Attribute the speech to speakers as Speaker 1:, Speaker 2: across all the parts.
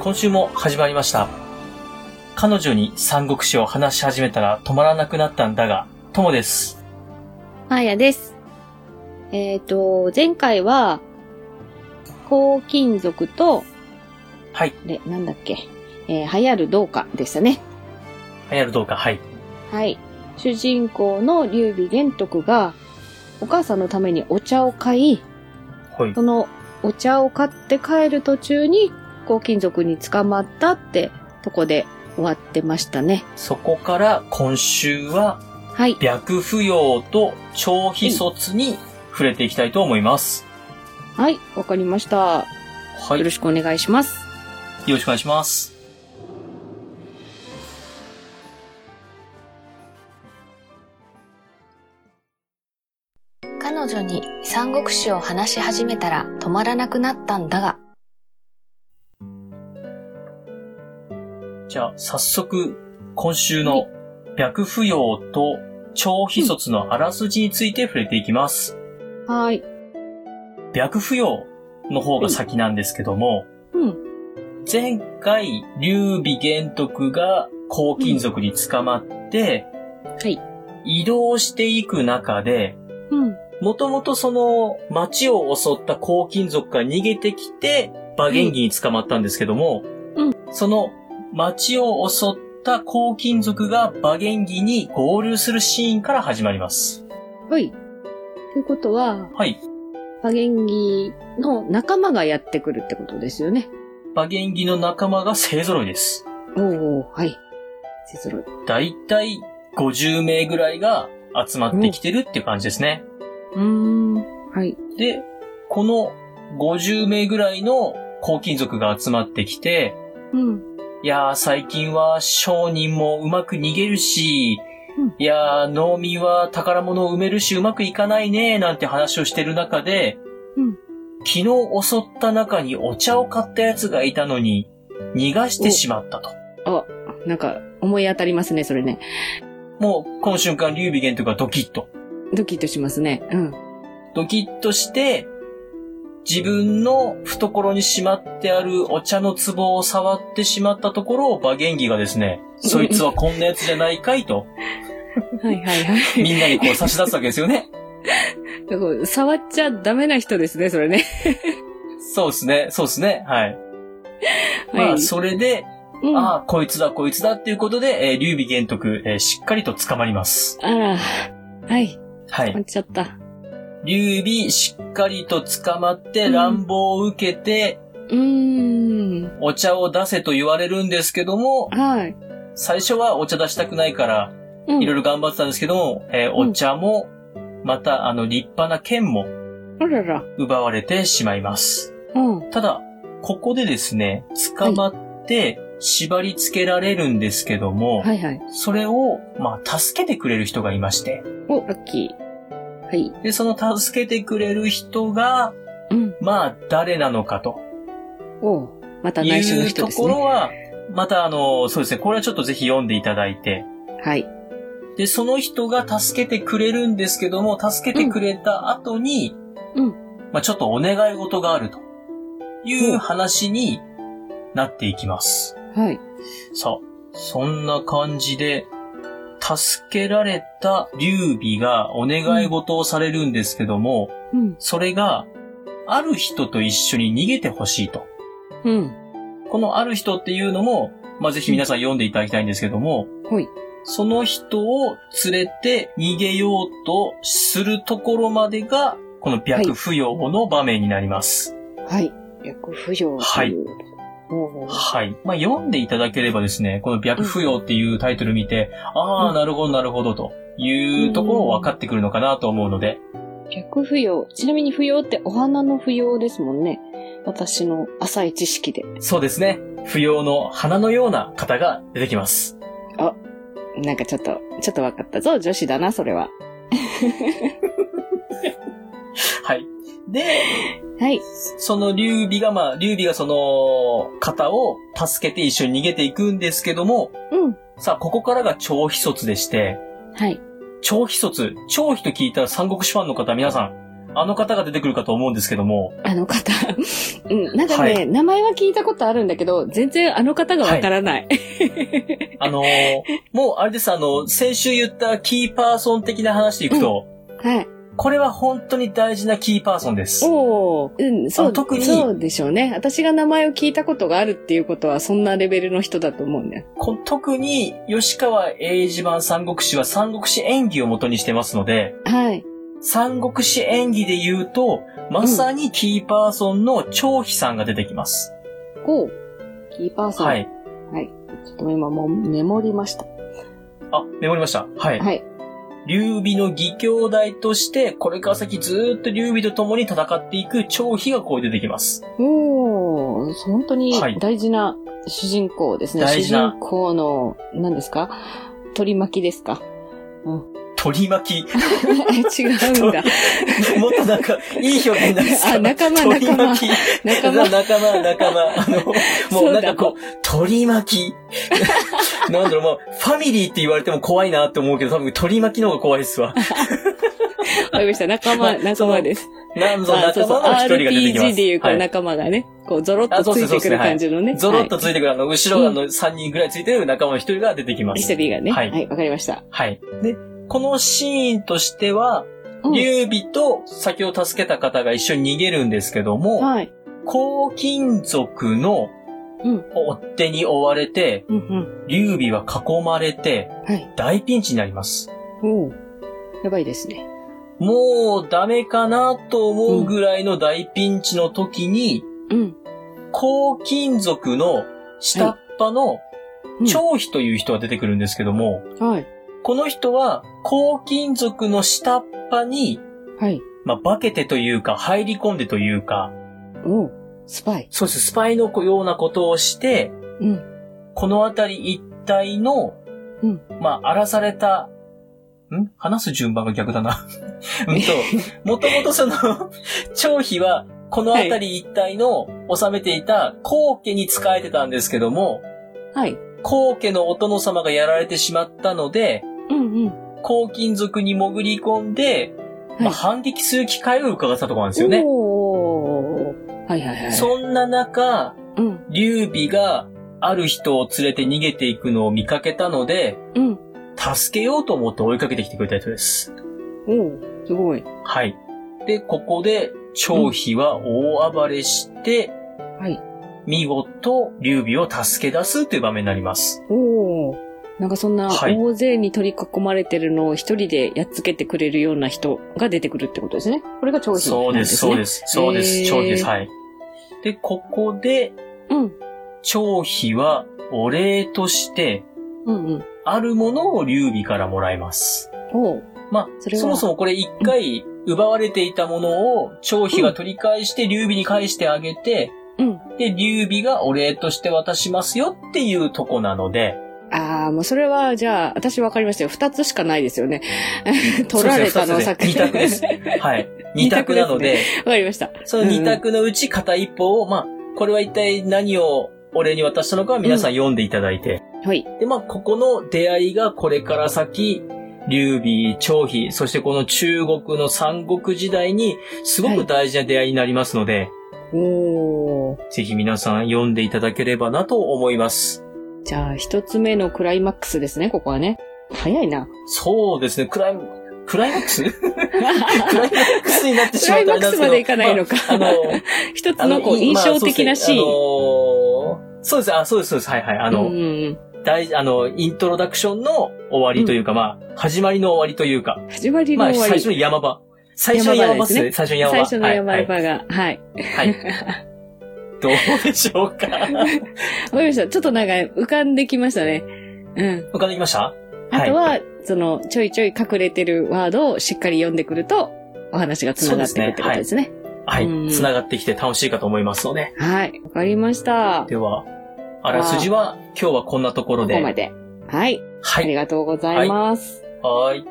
Speaker 1: 今週も始まりました。彼女に三国志を話し始めたら止まらなくなったんだが、ともです。
Speaker 2: まやです。えっ、ー、と、前回は、黄金属と、
Speaker 1: はい。
Speaker 2: で、なんだっけ、えー、流行るどうかでしたね。
Speaker 1: 流行るどうか、はい。
Speaker 2: はい。主人公の劉備玄徳が、お母さんのためにお茶を買い、
Speaker 1: はい、
Speaker 2: そのお茶を買って帰る途中に、黄金属に捕まったってとこで終わってましたね。
Speaker 1: そこから今週は、
Speaker 2: はい。
Speaker 1: 白扶養と超秘卒に触れていきたいと思います。
Speaker 2: はい、わかりました。はい。よろしくお願いします。
Speaker 1: よろしくお願いします。
Speaker 3: 彼女に三国志を話し始めたら止まらなくなったんだが。
Speaker 1: じゃあ、早速、今週の白扶養と超秘卒のあらすじについて触れていきます。
Speaker 2: うん、はい。
Speaker 1: 白扶養の方が先なんですけども、
Speaker 2: うん。うん、
Speaker 1: 前回、劉備玄徳が黄金属に捕まって、
Speaker 2: うん、はい。
Speaker 1: 移動していく中で、
Speaker 2: うん。
Speaker 1: もともとその町を襲った黄金属が逃げてきて、馬元義に捕まったんですけども、
Speaker 2: うん、うん、
Speaker 1: その町を襲った黄金属が馬元義に合流するシーンから始まります。
Speaker 2: はい。ということは、
Speaker 1: はい。
Speaker 2: 馬元義の仲間がやってくるってことですよね。
Speaker 1: 馬元義の仲間が勢揃いです。
Speaker 2: おおはい。勢揃い。
Speaker 1: だいたい50名ぐらいが集まってきてるっていう感じですね。
Speaker 2: うん、はい。
Speaker 1: で、この50名ぐらいの黄金属が集まってきて、
Speaker 2: うん。
Speaker 1: いやー、最近は商人もうまく逃げるし、うん、いやー、農民は宝物を埋めるしうまくいかないねーなんて話をしてる中で、
Speaker 2: うん、
Speaker 1: 昨日襲った中にお茶を買ったやつがいたのに、逃がしてしまったと。
Speaker 2: あ、なんか思い当たりますね、それね。
Speaker 1: もう、この瞬間、劉備玄とかドキッと。
Speaker 2: ドキッとしますね。うん。
Speaker 1: ドキッとして、自分の懐にしまってあるお茶の壺を触ってしまったところを馬元義がですね、そいつはこんなやつじゃないかい と。
Speaker 2: はいはいはい。
Speaker 1: みんなにこう差し出すわけですよね。
Speaker 2: 触っちゃダメな人ですね、それね。
Speaker 1: そうですね、そうですね、はい。はい、まあ、それで、うん、ああ、こいつだ、こいつだっていうことで、えー、劉備玄徳、えー、しっかりと捕まります。
Speaker 2: あら、はい。
Speaker 1: はい。
Speaker 2: 捕まっちゃった。
Speaker 1: 劉備しっかりと捕まって乱暴を受けて、
Speaker 2: うん、
Speaker 1: お茶を出せと言われるんですけども、
Speaker 2: はい、
Speaker 1: 最初はお茶出したくないから、いろいろ頑張ってたんですけども、うん、えー、お茶も、またあの立派な剣も、奪われてしまいます。
Speaker 2: うん、
Speaker 1: ただ、ここでですね、捕まって、縛り付けられるんですけども、
Speaker 2: はいはい、
Speaker 1: それを、まあ、助けてくれる人がいまして。
Speaker 2: お、ラッキー。はい。
Speaker 1: で、その助けてくれる人が、
Speaker 2: うん、
Speaker 1: まあ、誰なのかと。
Speaker 2: おまた内緒の人ですね。
Speaker 1: ところは、またあの、そうですね、これはちょっとぜひ読んでいただいて。
Speaker 2: はい。
Speaker 1: で、その人が助けてくれるんですけども、助けてくれた後に、
Speaker 2: うん。
Speaker 1: まあ、ちょっとお願い事があるという話になっていきます。
Speaker 2: はい。
Speaker 1: さあ、そんな感じで、助けられた劉備がお願い事をされるんですけども、
Speaker 2: うん、
Speaker 1: それが、ある人と一緒に逃げてほしいと。
Speaker 2: うん、
Speaker 1: このある人っていうのも、まあ、ぜひ皆さん読んでいただきたいんですけども、
Speaker 2: うん、
Speaker 1: その人を連れて逃げようとするところまでが、この白扶養の場面になります。
Speaker 2: はい。白扶養
Speaker 1: はい。はい。まあ、読んでいただければですね、この白扶養っていうタイトル見て、うん、ああ、なるほど、なるほど、というところを分かってくるのかなと思うので。
Speaker 2: 白扶養。ちなみに扶養ってお花の扶養ですもんね。私の浅い知識で。
Speaker 1: そうですね。扶養の花のような方が出てきます。
Speaker 2: あ、なんかちょっと、ちょっと分かったぞ。女子だな、それは。
Speaker 1: はい。で、
Speaker 2: はい。
Speaker 1: その劉備が、まあ、劉備がその方を助けて一緒に逃げていくんですけども、
Speaker 2: うん。
Speaker 1: さあ、ここからが超秘卒でして、
Speaker 2: はい。
Speaker 1: 超秘卒。超秘と聞いたら三国志ファンの方皆さん、あの方が出てくるかと思うんですけども、
Speaker 2: あの方。 うん。なんかね、
Speaker 1: はい
Speaker 2: 名前は聞いたことあるんだけど、全然あの方がわからない。
Speaker 1: あの ーもうあれです、あの、先週言ったキーパーソン的な話でいくと、
Speaker 2: はい。
Speaker 1: これは本当に大事なキーパーソンです。
Speaker 2: おお。うん、そ
Speaker 1: あ
Speaker 2: う、
Speaker 1: 特に
Speaker 2: そうでしょうね。私が名前を聞いたことがあるっていうことは、そんなレベルの人だと思うんだよ。
Speaker 1: こ特に吉川英治版三国志は三国志演技を元にしてますので、
Speaker 2: はい。
Speaker 1: 三国志演技で言うと、まさにキーパーソンの張飛さんが出てきます。
Speaker 2: こう。キーパーさん。
Speaker 1: は
Speaker 2: はい。
Speaker 1: い。
Speaker 2: ちょっと今もうメモりました。
Speaker 1: あ、メモりました。はい。
Speaker 2: はい。
Speaker 1: 劉備の義兄弟として、これから先ずーっと劉備と共に戦っていく張飛がこう出てきます。
Speaker 2: おお、本当に
Speaker 1: はい
Speaker 2: 大事な主人公ですね。
Speaker 1: 大
Speaker 2: 主
Speaker 1: 事な
Speaker 2: 人公の、何ですか取り巻きで すか
Speaker 1: 取り巻き。
Speaker 2: 違うんだ。
Speaker 1: もっとなんか、いい表現ないですか
Speaker 2: あ仲間
Speaker 1: 取り巻き。
Speaker 2: 仲間。
Speaker 1: 仲間、仲間。あ の、もうなんかこう、取り巻き。 なんだろう、まあ、ファミリーって言われても怖いなって思うけど、多分取り巻きの方が怖いですわ。
Speaker 2: わかりました。仲
Speaker 1: まあ
Speaker 2: 間、仲間です。
Speaker 1: なんぞ
Speaker 2: あそう
Speaker 1: 仲
Speaker 2: そう
Speaker 1: 間の一人が出てきます。
Speaker 2: RPG でいうこ
Speaker 1: は
Speaker 2: う
Speaker 1: い
Speaker 2: 仲間がね、こう、ゾロッ
Speaker 1: あそ
Speaker 2: と
Speaker 1: う
Speaker 2: つ
Speaker 1: です
Speaker 2: いてくる感じのね。
Speaker 1: ゾロッと
Speaker 2: はい
Speaker 1: ついてくる、あの、後ろあの、3人ぐらいついてる仲間の一人が出てきま
Speaker 2: 一
Speaker 1: す。
Speaker 2: 人がね。
Speaker 1: は
Speaker 2: はいい。わかりました。
Speaker 1: はい。で、このシーンとしては、
Speaker 2: うん
Speaker 1: 劉備と先を助けた方が一緒に逃げるんですけども、
Speaker 2: はい。
Speaker 1: 黄金属の
Speaker 2: うん
Speaker 1: 追っ手に追われて、
Speaker 2: うんうん。
Speaker 1: 劉備は囲まれて、
Speaker 2: はい。
Speaker 1: 大ピンチになります。
Speaker 2: おお。やばいですね。
Speaker 1: もうダメかなと思うぐらいの大ピンチの時に、
Speaker 2: うん。
Speaker 1: 黄金属の下っ端の
Speaker 2: うん
Speaker 1: 張飛という人が出てくるんですけども、
Speaker 2: はい。
Speaker 1: この人は黄金属の下っ端に、
Speaker 2: はい。
Speaker 1: まあ、化けてというか入り込んでというか、
Speaker 2: おお。スパイ。
Speaker 1: そうです、スパイのようなことをして、
Speaker 2: うん。
Speaker 1: この辺り一帯の、
Speaker 2: うん
Speaker 1: まあ、荒らされた、ん話す順番が逆だ な。うんと、もともとその、張飛は、この辺り一帯の治めていた皇家に仕えてたんですけども、
Speaker 2: はい。
Speaker 1: 皇家のお殿様がやられてしまったので、
Speaker 2: うんうん。
Speaker 1: 黄金族に潜り込んで、ま
Speaker 2: は
Speaker 1: あ、
Speaker 2: い
Speaker 1: 反撃する機会を伺ったところなんですよね。
Speaker 2: おーはいはいはい。
Speaker 1: そんな中、
Speaker 2: うん。
Speaker 1: 劉備がある人を連れて逃げていくのを見かけたので、
Speaker 2: うん。
Speaker 1: 助けようと思って追いかけてきてくれた人です。
Speaker 2: おお。すごい。
Speaker 1: はい。で、ここで、張飛は大暴れして、
Speaker 2: はい。
Speaker 1: 見事、劉備を助け出すという場面になります。
Speaker 2: おお。なんかそんな
Speaker 1: はい
Speaker 2: 大勢に取り囲まれてるのを一人でやっつけてくれるような人が出てくるってことですね。これが長飛。
Speaker 1: そうです、そうですす。そうです、
Speaker 2: へー
Speaker 1: 張飛です。はい。で、ここで、
Speaker 2: うん。
Speaker 1: 張飛はお礼として、
Speaker 2: うんうん。
Speaker 1: あるものを劉備からもらいます。
Speaker 2: おお。
Speaker 1: まあ、
Speaker 2: そ
Speaker 1: そ
Speaker 2: れは
Speaker 1: もそもこれ一回奪われていたものを張飛が取り返して劉備に返してあげて、
Speaker 2: うん。
Speaker 1: で、劉備がお礼として渡しますよっていうとこなので、
Speaker 2: ああ、もうそれは、じゃあ、私分かりましたよ。二つしかないですよね。 取られたの
Speaker 1: そう
Speaker 2: 作
Speaker 1: ですね二択で す。はい。二択なので、
Speaker 2: わかりました。
Speaker 1: その二択のうち片一方を、まあ、これは一体何をお礼に渡したのかは皆さん読んでいただいて、
Speaker 2: はい。
Speaker 1: で、まあ、ここの出会いがこれから先、劉備、張飛、そしてこの中国の三国時代にすごく大事な出会いになりますので、
Speaker 2: おー。
Speaker 1: ぜひ皆さん読んでいただければなと思います。
Speaker 2: じゃあ、一つ目のクライマックスですね、ここはね。早いな。
Speaker 1: そうですね、クライ、クライマックスクライマックスになって
Speaker 2: ク
Speaker 1: しま
Speaker 2: ラ
Speaker 1: っ
Speaker 2: イ
Speaker 1: た
Speaker 2: マ
Speaker 1: あれんで
Speaker 2: ックス
Speaker 1: すけ
Speaker 2: ま
Speaker 1: ど
Speaker 2: でいかないのか。
Speaker 1: あの、
Speaker 2: 一つのこう
Speaker 1: い
Speaker 2: 印
Speaker 1: まあ
Speaker 2: 象的なシーン。
Speaker 1: そうですねあのーそうです、あ、そうです、そうです。はいはい。あ
Speaker 2: あ
Speaker 1: の、
Speaker 2: うんうん
Speaker 1: 大事、あの、イントロダクションの終わりというか、まあ、始まりの終わりというか、
Speaker 2: 始まりの
Speaker 1: まあ、
Speaker 2: 終わ
Speaker 1: 最初
Speaker 2: り。
Speaker 1: の山場。最初の山場ですね。
Speaker 2: 山
Speaker 1: 最初の山
Speaker 2: 最
Speaker 1: 場。
Speaker 2: 初の山
Speaker 1: はい。
Speaker 2: 場が。はい。
Speaker 1: はい はいどうでしょうか。
Speaker 2: わかりました。ちょっとなんか浮かんできましたね。うん。
Speaker 1: 浮かんできました
Speaker 2: あと
Speaker 1: は
Speaker 2: は、その、ちょいちょい隠れてるワードをしっかり読んでくると、お話が繋がってくるってことですね。
Speaker 1: はい。
Speaker 2: うん
Speaker 1: 繋がってきて楽しいかと思いますので。
Speaker 2: はい。わかりました。
Speaker 1: では、あらすじは、今日はこんなところ
Speaker 2: こ
Speaker 1: で。
Speaker 2: こまで。はい。
Speaker 1: は
Speaker 2: あり
Speaker 1: い。
Speaker 2: がとうございます。
Speaker 1: はーい。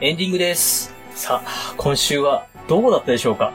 Speaker 1: エンディングです。さあ、今週はどうだったでしょうか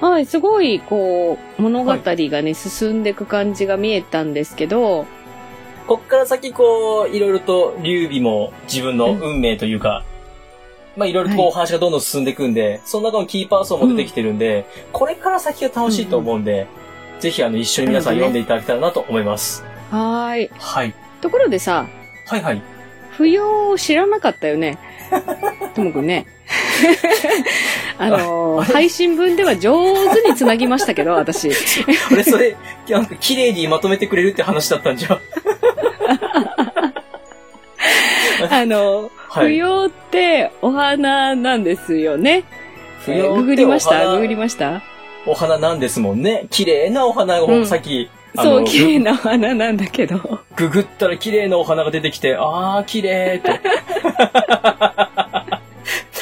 Speaker 2: はい、すごい、こう、物語がね、進んでいく感じが見えたんですけど、
Speaker 1: こっから先こう、いろいろと劉備も自分の運命というか、まあいろいろとこう
Speaker 2: はい
Speaker 1: お話がどんどん進んでいくんで、その中のキーパーソンも出てきてるんで、これから先が楽しいと思うんで、ぜひあの一緒に皆さん
Speaker 2: なる
Speaker 1: 読ん
Speaker 2: ほど
Speaker 1: でいただけたらなと思います。
Speaker 2: はーい。
Speaker 1: はい。
Speaker 2: ところでさ、
Speaker 1: はいはい。
Speaker 2: 不要を知らなかった よね。ともくんね。あの
Speaker 1: ああれ
Speaker 2: 配信分では上手につなぎましたけど、 私。
Speaker 1: あれそれ、なんか綺麗にまとめてくれるって話だったんじゃ。
Speaker 2: あの
Speaker 1: は
Speaker 2: 不
Speaker 1: い。
Speaker 2: 要ってお花なんですよね。
Speaker 1: 不要ってお花
Speaker 2: えーググりましたググりました
Speaker 1: お花なんですもんね。綺麗なお花
Speaker 2: う
Speaker 1: を
Speaker 2: ん
Speaker 1: さっき、あ
Speaker 2: そう、
Speaker 1: の
Speaker 2: 綺麗なお花なんだけど。
Speaker 1: ググったら綺麗なお花が出てきて、あー、綺麗って。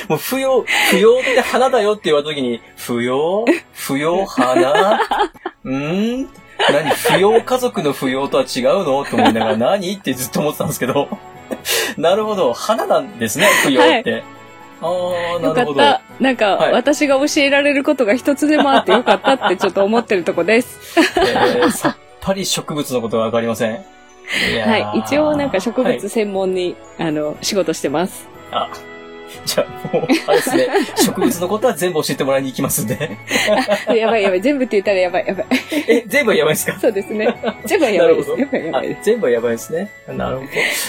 Speaker 1: もう、不要、不要って花だよって言われた時に、不要不要花うーん何不要家族の不要とは違うのと思いながら、何ってずっと思ってたんですけど。 なるほど。花なんですね、不要って。あー、
Speaker 2: よ
Speaker 1: な
Speaker 2: か
Speaker 1: るほ
Speaker 2: っ
Speaker 1: ど。
Speaker 2: た。なんか、
Speaker 1: はい
Speaker 2: 私が教えられることが一つでもあってよかったってちょっと思ってるとこです。
Speaker 1: えーさっぱり植物のことがわかりません。いやー
Speaker 2: はい。一応なんか植
Speaker 1: はい
Speaker 2: 物専門に、あの、仕事してます。
Speaker 1: あ、じゃあもう、あれですね、植物のことは全部教えてもらいに行きますん で。
Speaker 2: やばいやばい。全部って言ったらやばいやばい。
Speaker 1: え、全部はやばいですか
Speaker 2: そうですね。全部はやばいです。
Speaker 1: な
Speaker 2: やばいや
Speaker 1: あ
Speaker 2: ばいです。
Speaker 1: 全部はやばいですね。なるほ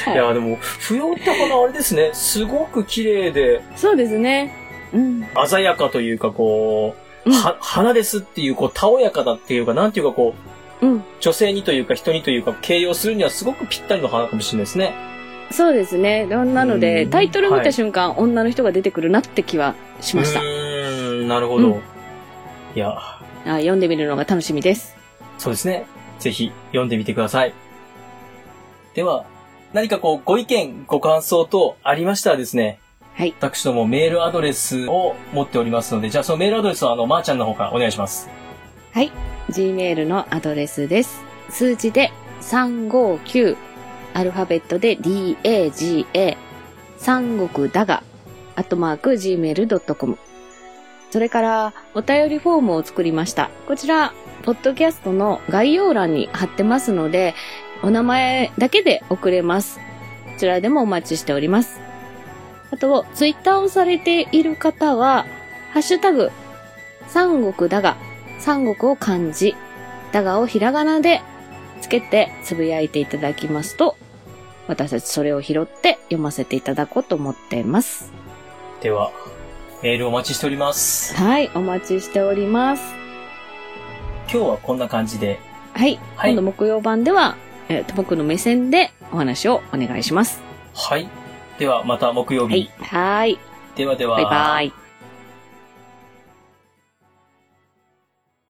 Speaker 1: ど。い、や、でも、不要って花あれですね、すごく綺麗で、
Speaker 2: そうですね。うん。
Speaker 1: 鮮やかというか、こう、
Speaker 2: うん
Speaker 1: は、花ですっていう、こう、たおやかだっていうか、なんていうか、こう、
Speaker 2: うん。
Speaker 1: 女性にというか、人にというか、形容するにはすごくぴったりの花かもしれないですね。
Speaker 2: そうですね。ななの
Speaker 1: う
Speaker 2: で、
Speaker 1: ん
Speaker 2: タイトル見
Speaker 1: は
Speaker 2: た
Speaker 1: い
Speaker 2: 瞬間、女の人が出てくるなって気はしました
Speaker 1: う。ーん、なるほど。
Speaker 2: うん
Speaker 1: いや、
Speaker 2: あ読んでみるのが楽しみです。
Speaker 1: そうですね。ぜひ読んでみてください。では、何かこう、ご意見、ご感想等ありましたらですね、
Speaker 2: はい。
Speaker 1: 私どもメールアドレスを持っておりますので、じゃあそのメールアドレスはあの、まー、ちゃんの方からお願いします。
Speaker 2: Gmail のアドレスです。数字で359、アルファベットで DAGA、三国だが、アットマーク Gmail.com。それから、お便りフォームを作りました。こちら、ポッドキャストの概要欄に貼ってますので、お名前だけで送れます。こちらでもお待ちしております。あと、ツイッターをされている方は、ハッシュタグ、三国だが、三国を漢字、だがをひらがなでつけてつぶやいていただきますと、私たちそれを拾って読ませていただこうと思っています。
Speaker 1: では、メールお待ちしております。
Speaker 2: はい、お待ちしております。
Speaker 1: 今日はこんな感じで、
Speaker 2: はい、
Speaker 1: はい
Speaker 2: 今度木曜版では、えー、ともくんの目線でお話をお願いします。
Speaker 1: はい。では、また木曜日。
Speaker 2: はい、はーい、
Speaker 1: ではでは。
Speaker 2: バイバイ。